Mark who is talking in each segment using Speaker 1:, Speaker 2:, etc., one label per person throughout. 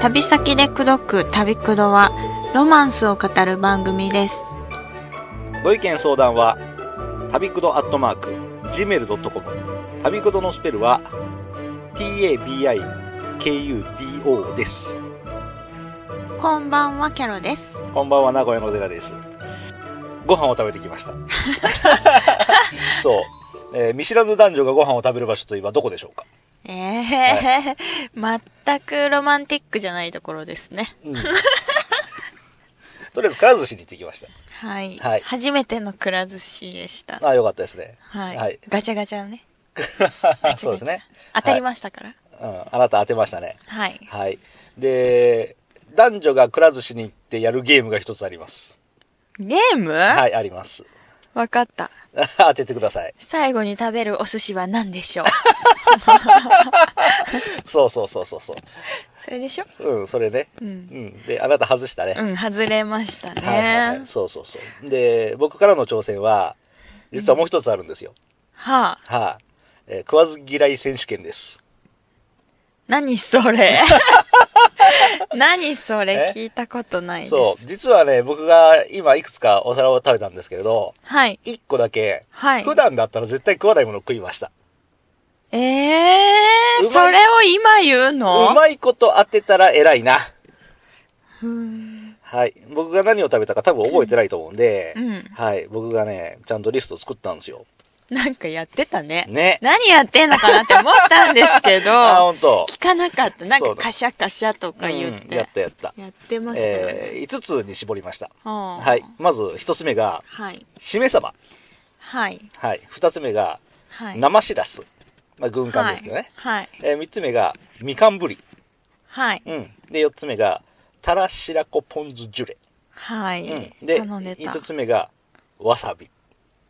Speaker 1: 旅先で口説く旅くどはロマンスを語る番組です
Speaker 2: ご意見相談は、旅くどアットマーク、gmail.com。旅くどのスペルは、tabikudo です。
Speaker 1: こんばんはキャロです
Speaker 2: こんばんは、名古屋の寺です。ご飯を食べてき ました。そう。えー見知らぬ男女がご飯を食べる場所といえばどこでしょうか、
Speaker 1: ええー、全くロマンティックじゃないところですね
Speaker 2: うん、とりあえず、くら寿司に行ってきまし
Speaker 1: はい、
Speaker 2: はい
Speaker 1: 初めてのくら寿司でした
Speaker 2: た。ああ、よかったですね。
Speaker 1: はい、
Speaker 2: はい
Speaker 1: ガチャガチャをね
Speaker 2: そうですね。
Speaker 1: 当たりましたから
Speaker 2: うん、あなた当てましたね。
Speaker 1: はい、
Speaker 2: はい。で、男女がくら寿司に行ってやるゲームが一つあります。
Speaker 1: ゲーム
Speaker 2: はいい、あります。
Speaker 1: わかった
Speaker 2: 当ててください。
Speaker 1: 最後に食べるお寿司は何でし ょう
Speaker 2: そうそうそうそうそ
Speaker 1: それでしょ
Speaker 2: う。うん、それね。
Speaker 1: う。
Speaker 2: うんん。で、あなた外したね。
Speaker 1: うん、外れましたね。
Speaker 2: はいはいはい。そうそうそう。で、僕からの挑戦は、実はもう一つあるんですよ。
Speaker 1: はあ。
Speaker 2: はい、えー食わず嫌い選手権です。
Speaker 1: 何そ れ何それ
Speaker 2: え
Speaker 1: 聞いたことないです。
Speaker 2: そう。実はね、僕が今いくつかお皿を食べたんですけれど、
Speaker 1: はい。
Speaker 2: 一個だけ、
Speaker 1: はい。
Speaker 2: 普段だったら絶対食わないものを食いました。
Speaker 1: ええー、
Speaker 2: うま
Speaker 1: そ
Speaker 2: い
Speaker 1: れを今言うの
Speaker 2: うまいこと当てたら偉いな。
Speaker 1: うん
Speaker 2: はい。僕が何を食べたか多分覚えてないと思うんで、
Speaker 1: うん
Speaker 2: はい。僕がね、ちゃんとリストを作ったんですよ。
Speaker 1: なんかやってたね。
Speaker 2: ね。
Speaker 1: 何やってんのかなって思ったんですけど、
Speaker 2: あ、ほんと。
Speaker 1: 聞かなかった。なん
Speaker 2: そ
Speaker 1: か
Speaker 2: うだ
Speaker 1: カシャカシャとか言っ
Speaker 2: う
Speaker 1: て。
Speaker 2: んやったやった。
Speaker 1: やってましたよね。
Speaker 2: えー、5つに絞りました。
Speaker 1: はあ
Speaker 2: はい。まず1つ目が、
Speaker 1: はい。
Speaker 2: しめ鯖。
Speaker 1: はい。
Speaker 2: はい。2つ目が、
Speaker 1: はい。
Speaker 2: 生しらす。まあ、軍艦ですけどね。
Speaker 1: はい。
Speaker 2: えー、3つ目が、みかんぶり。
Speaker 1: はい。
Speaker 2: うん。で、4つ目が、たらしらこポン酢ジュレ。
Speaker 1: は
Speaker 2: う
Speaker 1: い。
Speaker 2: ん。で、
Speaker 1: 頼んでた
Speaker 2: 5。つ目が、わさび。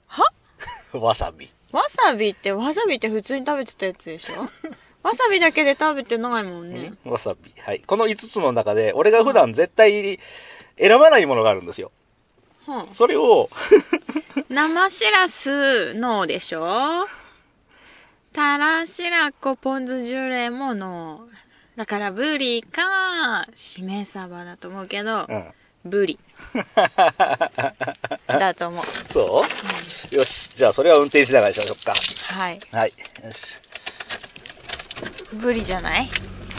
Speaker 1: は
Speaker 2: わさび。
Speaker 1: わさびって、わさびって普通に食べてたやつでしょ わさびだけで食べてないもんね。
Speaker 2: わさび。はい。この5つの中で、俺が普段絶対選ばないものがあるんですよ。
Speaker 1: うん、
Speaker 2: それを、
Speaker 1: 生しらす、のでしょたらしらこポン酢ジュレものだから、ブリか、しめ鯖だと思うけど
Speaker 2: う、ん。
Speaker 1: ブリ。だと思う。
Speaker 2: そうよし。じゃあ、それは運転しながらしましょうか。
Speaker 1: はい。
Speaker 2: はい。よし。
Speaker 1: ブリじゃない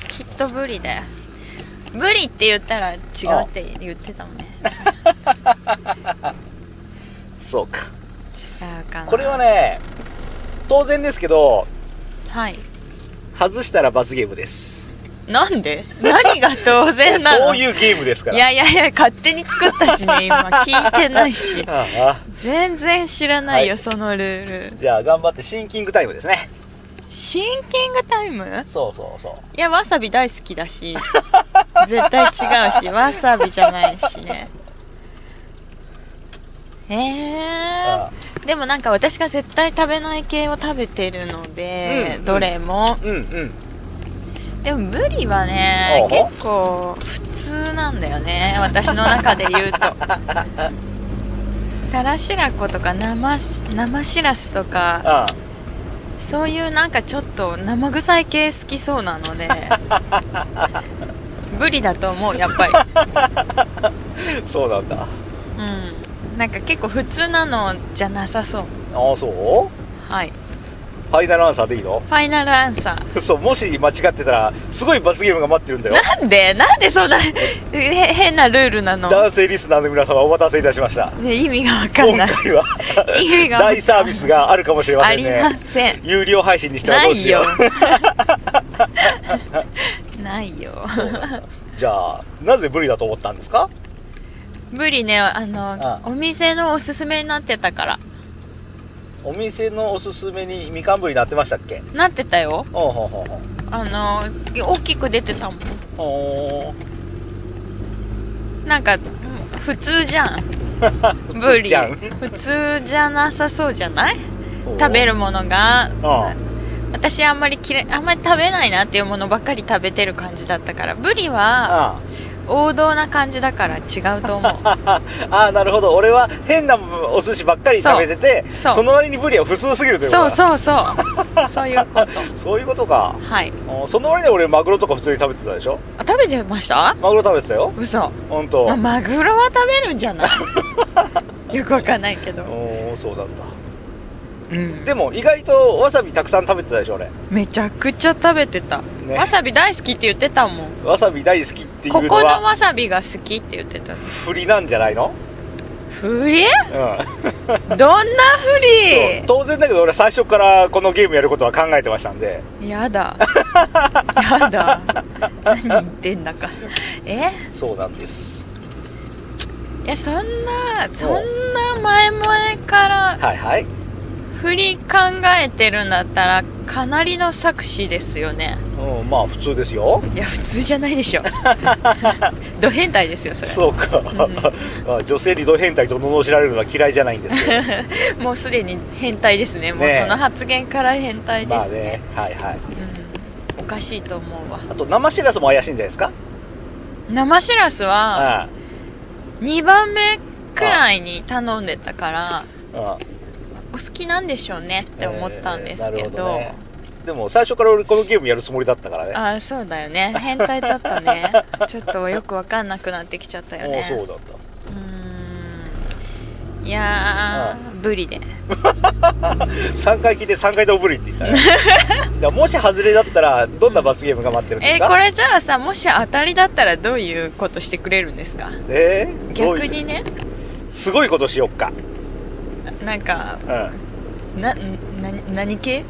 Speaker 1: きっとブリだよ。ブリって言ったら違うって言ってたもんね。
Speaker 2: そうか。
Speaker 1: 違うかな。
Speaker 2: これは。ね、当然ですけど、
Speaker 1: はい。
Speaker 2: 外したら罰ゲームです。
Speaker 1: なんで何が当然なの
Speaker 2: そういうゲームですから。
Speaker 1: いやいやいや、勝手に作ったし ね、今。聞いてないし。
Speaker 2: ああ
Speaker 1: 全然知らないよ、
Speaker 2: はい
Speaker 1: そのルール。
Speaker 2: じゃあ、頑張ってシンキングタイムですね。
Speaker 1: シンキングタイム
Speaker 2: そうそうそう。
Speaker 1: いや、わさび大好きだ し。絶対違うし、わさびじゃないしね。え
Speaker 2: あ
Speaker 1: ー、でもなんか私が絶対食べない系を食べてるので、
Speaker 2: うん
Speaker 1: どれも
Speaker 2: あ、うんうん。
Speaker 1: でもブリはね
Speaker 2: ああ
Speaker 1: 結構普通なんだよね私の中で 言うとたらしらことか生し生しらすとか
Speaker 2: ああ
Speaker 1: そういうなんかちょっと生臭い系好きそうな のでブリだと思うやっぱり
Speaker 2: そうなんだ。
Speaker 1: うんなんか結構普通なのじゃなさそう
Speaker 2: ああ、そう
Speaker 1: はい
Speaker 2: ファイナルアンサーでいいの
Speaker 1: ファイナルアンサー
Speaker 2: そう、もし間違ってたら、すごい罰ゲームが待ってるんだよ。
Speaker 1: なんでなんでそんなへ変なルールなの、
Speaker 2: 男性リスナーの皆様お待たせいたしました。
Speaker 1: ね、意味がわかん
Speaker 2: 今
Speaker 1: ない
Speaker 2: 回 は
Speaker 1: 意味がわかんない
Speaker 2: 大サービスがあるかもしれま
Speaker 1: あ
Speaker 2: せん
Speaker 1: り
Speaker 2: ね。
Speaker 1: ません
Speaker 2: 有料配信にしては
Speaker 1: な
Speaker 2: どうし
Speaker 1: い
Speaker 2: よ
Speaker 1: よ
Speaker 2: う。
Speaker 1: ないよ
Speaker 2: じゃあ、なぜブリだと思ったんですか
Speaker 1: 無理ねあの
Speaker 2: あ
Speaker 1: お店のおすすめになってたから
Speaker 2: お店のおすすめにみかんぶりなってましたっけ
Speaker 1: なってたよ
Speaker 2: おうほうほうほう
Speaker 1: あの大きく出てたもん
Speaker 2: お
Speaker 1: なんか普通じ ゃん
Speaker 2: ー。
Speaker 1: ブ
Speaker 2: ぶ
Speaker 1: リ
Speaker 2: りちゃん
Speaker 1: 普通じゃなさそうじゃない食べ。るものが
Speaker 2: ああ
Speaker 1: 私あんまり嫌いあんまり食べないなっていうものばっかり食べてる感じだったからブリは
Speaker 2: あ
Speaker 1: 王道な感じだから違うと思う
Speaker 2: ああ、なるほど。俺は変なお寿司ばっかり食べてて、
Speaker 1: そうそ
Speaker 2: そうの割にブリは普通すぎるというこ
Speaker 1: そ
Speaker 2: と
Speaker 1: う
Speaker 2: う
Speaker 1: そうそうそういうこと
Speaker 2: そういうことか。
Speaker 1: はい
Speaker 2: うんその割に俺マグロとか普通に食べてたでしょ
Speaker 1: あ食べてました
Speaker 2: マグロ食べてたよ。
Speaker 1: 嘘
Speaker 2: ほんと
Speaker 1: まあ。マグロは食べるんじゃない よくわかんないけど、
Speaker 2: おーそうなんだ。
Speaker 1: うん、
Speaker 2: でも意外とわさびたくさん食べてたでしょ俺。
Speaker 1: めちゃくちゃ食べてた、
Speaker 2: ね
Speaker 1: わさび大好きって言ってたもん
Speaker 2: わさび大好きっていうの
Speaker 1: こ
Speaker 2: は、
Speaker 1: このわさびが好きって言ってた
Speaker 2: 振りなんじゃないの
Speaker 1: ふり
Speaker 2: うん。そう
Speaker 1: どんなふ
Speaker 2: 当然だけど俺最初からこのゲームやることは考えてましたんで。
Speaker 1: りやだやだ何言ってんだかえ
Speaker 2: そうなんです。
Speaker 1: いやそんなそんな前々から
Speaker 2: はいはい。
Speaker 1: 振り考えてるんだったらかなりの作詞ですよね
Speaker 2: うん、まあ普通ですよ。
Speaker 1: いや普通じゃないで しょド変態ですよそれ
Speaker 2: そうか、 あ女性にド変態と罵られるのは嫌いじゃないん ですよ
Speaker 1: もうすでに変態ですねもう
Speaker 2: ねえ
Speaker 1: その発言から変態で
Speaker 2: まあ
Speaker 1: すね
Speaker 2: ねはいはい
Speaker 1: うん、おかしいと思うわ
Speaker 2: あと生しらすも怪しいんじゃないですか
Speaker 1: 生しらすは
Speaker 2: あ
Speaker 1: 2番目くらいに頼んでたから
Speaker 2: あ
Speaker 1: お好きなんでしょうねって思ったんですけど,、
Speaker 2: でも最初から俺このゲームやるつもりだったからね
Speaker 1: ああそうだよね変態だった ねちょっとよくわかんなくなってきちゃったよ
Speaker 2: おう
Speaker 1: ね
Speaker 2: そう
Speaker 1: う
Speaker 2: だっ
Speaker 1: ーんいやーブリで
Speaker 2: た3回聞いて3回とも無理って言った ねじゃあもし外れだったらどんな罰ゲームが待ってるんです
Speaker 1: え
Speaker 2: か
Speaker 1: これじゃあさもし当たりだったらどういうことしてくれるんですか
Speaker 2: えーどういう
Speaker 1: 逆にね
Speaker 2: すごいことしよっか、
Speaker 1: なんか
Speaker 2: うん、
Speaker 1: なな何 系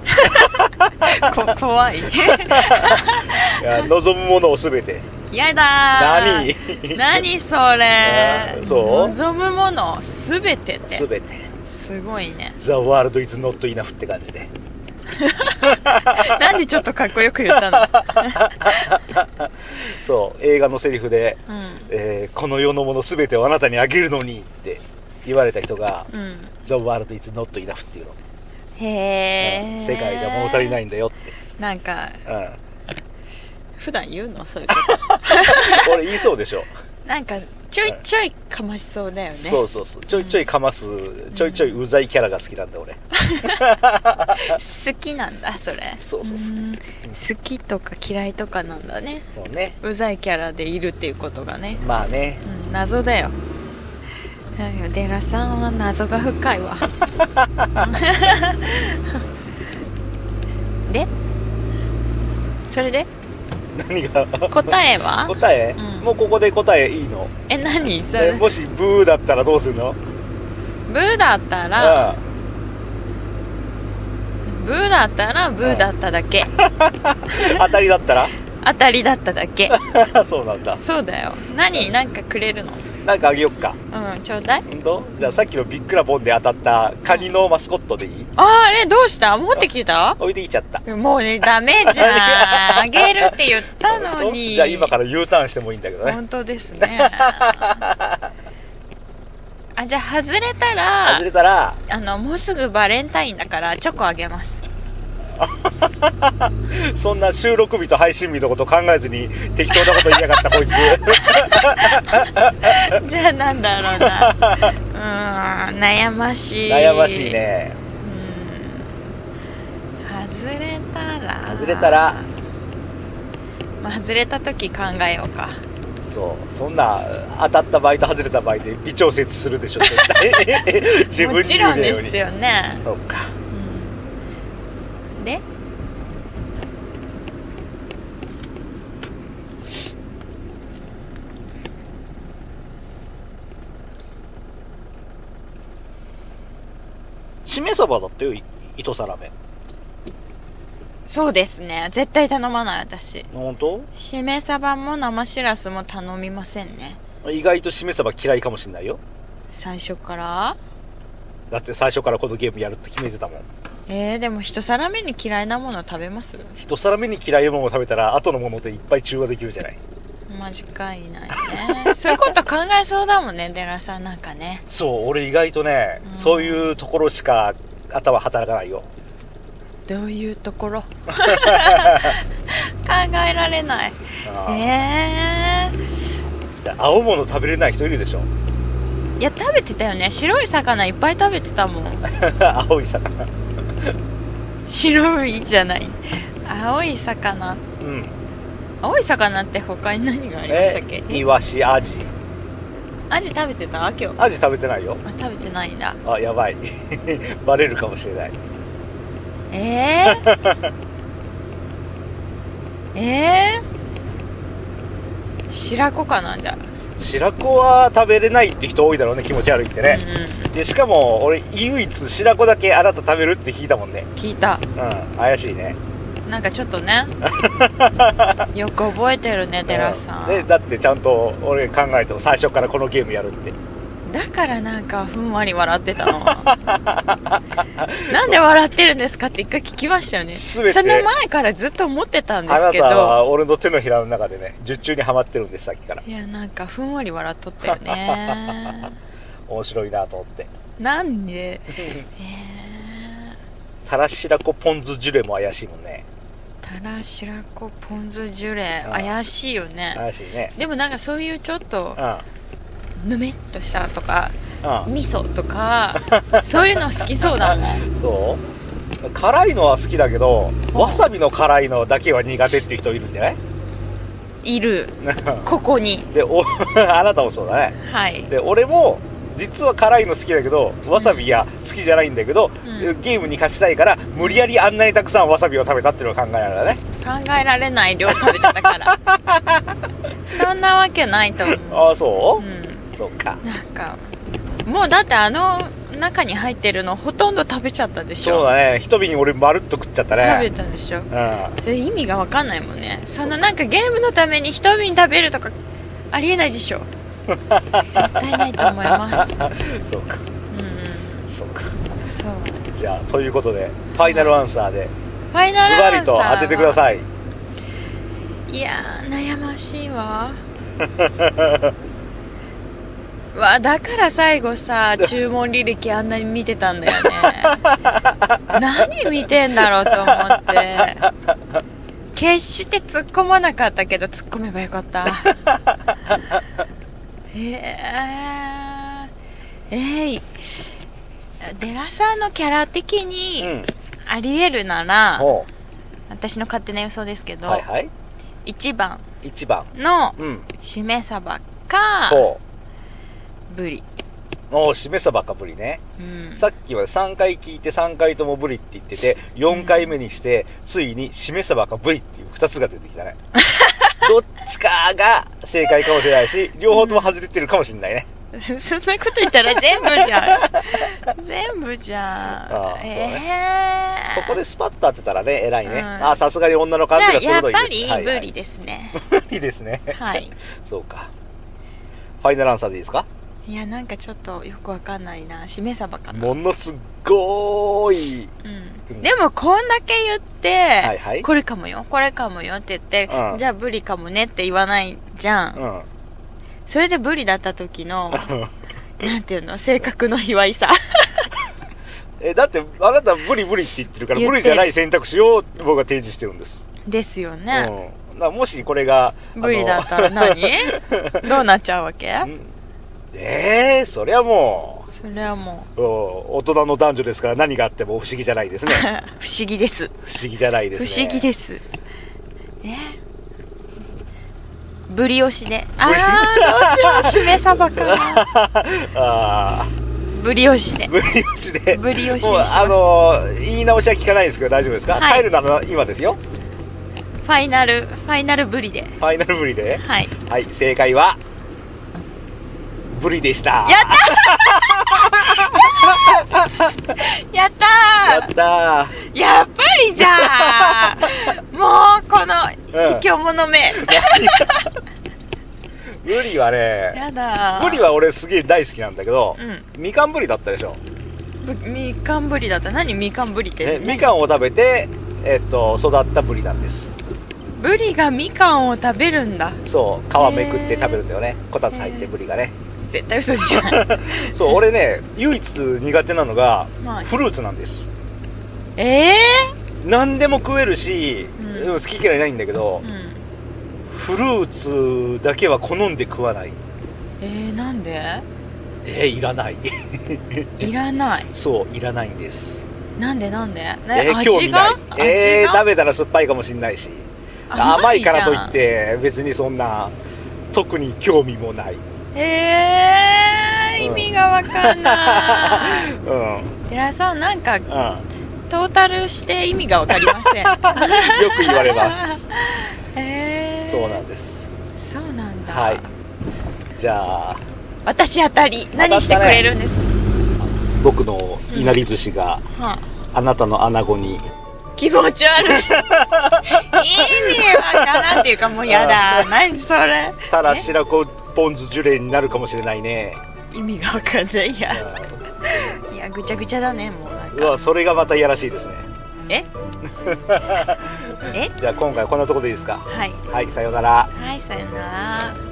Speaker 1: こ怖い
Speaker 2: いや望むものを全て
Speaker 1: やだ
Speaker 2: 何
Speaker 1: ー何それ
Speaker 2: うんそう
Speaker 1: 望むものすべてって
Speaker 2: 全て
Speaker 1: すごいね
Speaker 2: The world is not enough って感じで
Speaker 1: なんでちょっとかっこよく言った の、
Speaker 2: そう映画のセリフで
Speaker 1: うん
Speaker 2: えーこの世のもの全てをあなたにあげるのにって言われた人が、
Speaker 1: うん、
Speaker 2: The world is not enough っていうの、
Speaker 1: へえ、
Speaker 2: 世界じゃ物足りないんだよって、
Speaker 1: なんか
Speaker 2: うん、
Speaker 1: 普段言うのそういうこ
Speaker 2: 俺言いそうでしょ、
Speaker 1: となんかちょいちょいかましそうだよね
Speaker 2: そうそうそうちょいちょいかますちょいちょいうざいキャラが好きなんだ俺
Speaker 1: 好きなんだそれ
Speaker 2: そうそうそう
Speaker 1: うん好きとか嫌いとかなんだね
Speaker 2: もうね
Speaker 1: うざいキャラでいるっていうことがね、
Speaker 2: まあね
Speaker 1: うん、謎だよなんかデラさんは謎が深いわ でそれで
Speaker 2: 何が
Speaker 1: 答えは
Speaker 2: 答え、
Speaker 1: うん
Speaker 2: もうここで答えいいの
Speaker 1: え何そ
Speaker 2: え
Speaker 1: れ
Speaker 2: もしブーだったらどうするの
Speaker 1: ブーだったらブーだったらブーだっただ け
Speaker 2: うん当たりだったら
Speaker 1: 当たりだっただけ
Speaker 2: そうなんだ
Speaker 1: そうだよ何なんかくれるの
Speaker 2: なんかあげよっか
Speaker 1: うんちょうだい
Speaker 2: ほんとじゃあさっきのビッくらボンで当たったカニのマスコットでいい
Speaker 1: あーあれどうした持ってきた
Speaker 2: 置いてきちゃった
Speaker 1: もうねダメじゃんあげるって言ったのに
Speaker 2: じゃあ今から U ターンしてもいいんだけどね
Speaker 1: 本当ですねあじゃあ外れたら
Speaker 2: 外れたら
Speaker 1: あのもうすぐバレンタインだからチョコあげ ます
Speaker 2: そんな収録日と配信日のこと考えずに適当なこと言いやがったこ いつ
Speaker 1: じゃあなんだろうなうーん悩ましい
Speaker 2: 悩ましいね
Speaker 1: うん外れたら
Speaker 2: 外れたら
Speaker 1: まあ外れた時考えようか
Speaker 2: そうそんな当たった場合と外れた場合で微調節するでしょ絶 対自分
Speaker 1: も
Speaker 2: に
Speaker 1: ち
Speaker 2: 言
Speaker 1: ろ
Speaker 2: うんがよう
Speaker 1: で
Speaker 2: に
Speaker 1: すよね、
Speaker 2: そうか
Speaker 1: うんで
Speaker 2: しめ鯖だったよい糸皿目
Speaker 1: そうですね絶対頼まない私
Speaker 2: 本当
Speaker 1: しめ鯖も生しらすも頼みませんね
Speaker 2: 意外としめ鯖嫌いかもしれないよ
Speaker 1: 最初から
Speaker 2: だって最初からこのゲームやるって決めてたもん
Speaker 1: えー、でも一皿目に嫌いなもの食べます
Speaker 2: 一皿目に嫌いなものを食べたら後のものでいっぱい中和できるじゃない
Speaker 1: 間近いないねそういうこと考えそうだもんねデラさんなんかね
Speaker 2: そう俺意外とね、
Speaker 1: うん
Speaker 2: そういうところしか頭働かないよ
Speaker 1: どういうところ考えられない
Speaker 2: あー
Speaker 1: えー、
Speaker 2: や青物食べれない人いるでしょ
Speaker 1: いや食べてたよね白い魚いっぱい食べてたもん
Speaker 2: 青い魚
Speaker 1: 白いじゃない青い魚
Speaker 2: うん
Speaker 1: 青い魚って他に何がありましたっけ
Speaker 2: イワシアジ
Speaker 1: アジ食べてた今日あ
Speaker 2: アジ食べてないよ
Speaker 1: 食べてないんだ
Speaker 2: あやばい バレるかもしれない
Speaker 1: え ー、えー、白子かなじゃ
Speaker 2: 白子は食べれないって人多いだろうね気持ち悪いって
Speaker 1: あ、
Speaker 2: ね、
Speaker 1: うん
Speaker 2: でしかも俺唯一白子だけあなた食べるって聞いたもんね
Speaker 1: うん、聞いた
Speaker 2: うん怪しいね
Speaker 1: なんかちょっと ねよく覚えてるね寺さん
Speaker 2: でだってちゃんと俺考えても最初からこのゲームやるって
Speaker 1: だからなんかふんわり笑ってた のなんで笑ってるんですかって一回聞きましたよねそ
Speaker 2: 全て
Speaker 1: の前からずっと思ってたんで
Speaker 2: あ
Speaker 1: す
Speaker 2: な
Speaker 1: け
Speaker 2: た
Speaker 1: ど
Speaker 2: は俺の手のひらの中でね術中にはまってるんですさっきから
Speaker 1: いやなんかふんわり笑っとったよ ね
Speaker 2: 面白いなと思って
Speaker 1: なん でえ
Speaker 2: たらしらこポン酢ジュレも怪しいもんね
Speaker 1: ー、たらしらこポン酢ジュレ
Speaker 2: うん
Speaker 1: 怪しいよね
Speaker 2: 怪しいね
Speaker 1: でもなんかそういうちょっと
Speaker 2: うんうん
Speaker 1: ぬめっとしたとか味噌と かそういうの好きそうだもん
Speaker 2: そう辛いのは好きだけど
Speaker 1: うん
Speaker 2: わさびの辛いのだけは苦手っていう人いるんじゃない
Speaker 1: いるここに
Speaker 2: でおあなたもそうだね
Speaker 1: はい
Speaker 2: で俺も実は辛いの好きだけどわさびや好きじゃないんだけど、
Speaker 1: うん
Speaker 2: ゲームに勝ちたいから無理やりあんなにたくさんわさびを食べたっていうのを考えられたね
Speaker 1: 考えられない量食べてたから そんなわけないと思う、
Speaker 2: ああそう
Speaker 1: ん、
Speaker 2: う、そうか
Speaker 1: なんかもうだってあの中に入ってるのほとんど食べちゃったでし
Speaker 2: そう
Speaker 1: ょ
Speaker 2: だね一瓶に俺まるっと食っちゃった
Speaker 1: 食べ
Speaker 2: ね
Speaker 1: たでしょ
Speaker 2: うん
Speaker 1: で意味がわかんないもんねそのなんかゲームのために一瓶食べるとかありえないで しょ絶対ないと思います
Speaker 2: そうか
Speaker 1: う
Speaker 2: そうか
Speaker 1: んそうフ
Speaker 2: じゃあということでファイナルアンサーで
Speaker 1: ァイナ
Speaker 2: ズ
Speaker 1: ル
Speaker 2: バ
Speaker 1: ア
Speaker 2: リ
Speaker 1: ンサ
Speaker 2: と
Speaker 1: ー
Speaker 2: 当ててくだ
Speaker 1: い
Speaker 2: さい
Speaker 1: いやー悩ましいわ わだから最後さ注文履歴あんなに見てたんだよね何見てんだろうと思って決して突っ込まなかったけど突っ込めばよかった えー、えー、デラさんのキャラ的
Speaker 2: う
Speaker 1: に
Speaker 2: ん
Speaker 1: ありえるなら、
Speaker 2: ほ
Speaker 1: 私の勝手な予想ですけ
Speaker 2: う
Speaker 1: ど、
Speaker 2: はいはい
Speaker 1: 1番
Speaker 2: 1番
Speaker 1: の
Speaker 2: うん
Speaker 1: しめ鯖か
Speaker 2: ほう
Speaker 1: ブリ、
Speaker 2: おーしめ鯖かぶりね
Speaker 1: うん、
Speaker 2: さっきは3回聞いて3回ともブリって言ってて、4回目にして、ついにしめ鯖かブリっていう2つが出て きたね。どっちかが正解かもしれないし、両方とも外れてるかもしれないね。
Speaker 1: そんなこと言ったら全部じゃ ん全部じゃん
Speaker 2: ああそう
Speaker 1: ええ
Speaker 2: ここでスパッと当てたらね、偉いね。
Speaker 1: うん
Speaker 2: あ、さすがに女の感じが
Speaker 1: じゃあやっ
Speaker 2: 鋭いで
Speaker 1: ぱ
Speaker 2: す
Speaker 1: り
Speaker 2: ね。はいは
Speaker 1: ブ
Speaker 2: い
Speaker 1: リですね
Speaker 2: ブリですね。
Speaker 1: はい
Speaker 2: そうか。ファイナルアンサーでいいですか
Speaker 1: いやなんかちょっとよくわかんないなしめ鯖かな、
Speaker 2: ものすっごーい。
Speaker 1: うん、でもこんだけ言って、
Speaker 2: はいはい
Speaker 1: これかもよこれかもよって言って、
Speaker 2: うん
Speaker 1: じゃあブリかもねって言わないじゃん、
Speaker 2: うん。
Speaker 1: それでブリだった時のなんていうの性格の卑 猥さ
Speaker 2: え、だって、あなたブリブリって言ってるから、
Speaker 1: 言っ
Speaker 2: ブ
Speaker 1: てる
Speaker 2: リじゃない選択肢を僕は提示してるんです。
Speaker 1: ですよね、
Speaker 2: うん。だからもしこれが、あの
Speaker 1: ブリだったら何 どうなっちゃうわけ
Speaker 2: うんええそりゃも
Speaker 1: それはも
Speaker 2: う、お大人の男女ですから何があっても不思議じゃな いですね
Speaker 1: う。 不思議です
Speaker 2: 不思議じゃないです
Speaker 1: 不
Speaker 2: ね。
Speaker 1: 思議ですえブリ推しねあ
Speaker 2: ブリ
Speaker 1: ーどうしようしめ鯖 か
Speaker 2: ああ、
Speaker 1: ブリ推しね
Speaker 2: 無理押しで。
Speaker 1: ブリ推しにし
Speaker 2: もう、
Speaker 1: ます
Speaker 2: あのー言い直しは聞かないですけど大丈夫ですか、
Speaker 1: はい
Speaker 2: 帰るなら今ですよ。
Speaker 1: ファイナルファイナルブリで
Speaker 2: ファイナルブリで。
Speaker 1: はい
Speaker 2: はい、正解は、ブリでした。
Speaker 1: や やったー
Speaker 2: やった
Speaker 1: やっぱりじ ゃんもうこの
Speaker 2: うん
Speaker 1: 卑怯者め、
Speaker 2: ーブリはね、
Speaker 1: やだー
Speaker 2: ブリは俺すげえ大好きなんだけど、
Speaker 1: うん
Speaker 2: みかんブリだったでしょ。
Speaker 1: ぶみかんぶりだった何みかんぶりって
Speaker 2: ね、みかんを食べて、えっと、育ったブリなんです。
Speaker 1: ブリがみかんを食べるんだ
Speaker 2: そう、皮めくって食べるんだよね。こたつ入ってブリがね。
Speaker 1: 絶対嘘じゃ ない
Speaker 2: そう、俺ね、唯一苦手なのが
Speaker 1: まあ、
Speaker 2: フルーツなんです。
Speaker 1: ええ
Speaker 2: 何でも食えるし、
Speaker 1: うん
Speaker 2: うん好き嫌いないんだけど
Speaker 1: う、ん、
Speaker 2: フルーツだけは好んで食わない。
Speaker 1: えー、なんで
Speaker 2: えー、いらない。
Speaker 1: いらない。
Speaker 2: そう、いらないんです。
Speaker 1: なんでなんでね、
Speaker 2: えー、
Speaker 1: 味が
Speaker 2: ない。えー、
Speaker 1: 味が
Speaker 2: 食べたら酸っぱいかもしんないし。甘いからといっ。て、別にそんな、特に興味もない。
Speaker 1: じゃんえー、意味がわかんない。
Speaker 2: うん。うん。
Speaker 1: 寺井さん、なんか、
Speaker 2: よ
Speaker 1: トータルして意味がわかりません。
Speaker 2: く言われます。
Speaker 1: えー、
Speaker 2: そうなんです。
Speaker 1: そうなんだ。
Speaker 2: はい。じゃあ、
Speaker 1: 私当たり。
Speaker 2: たね
Speaker 1: 何してくれるんですか、
Speaker 2: 僕のいなり寿司が
Speaker 1: は
Speaker 2: あなたの穴子に、
Speaker 1: あ気持ち悪い。意味わからんっていうか、もうやだ。何それ。
Speaker 2: たら白子ポン酢ジュレになるかもしれないね。
Speaker 1: 意味がわかんない。いや、いやぐちゃぐちゃだね、もうなん
Speaker 2: うんうわ、
Speaker 1: か。
Speaker 2: それがまたいやらしいですね。
Speaker 1: え え
Speaker 2: じゃあ今回はこんなとこでいいですか
Speaker 1: はい。
Speaker 2: はい、さようなら。
Speaker 1: はい、さよなら。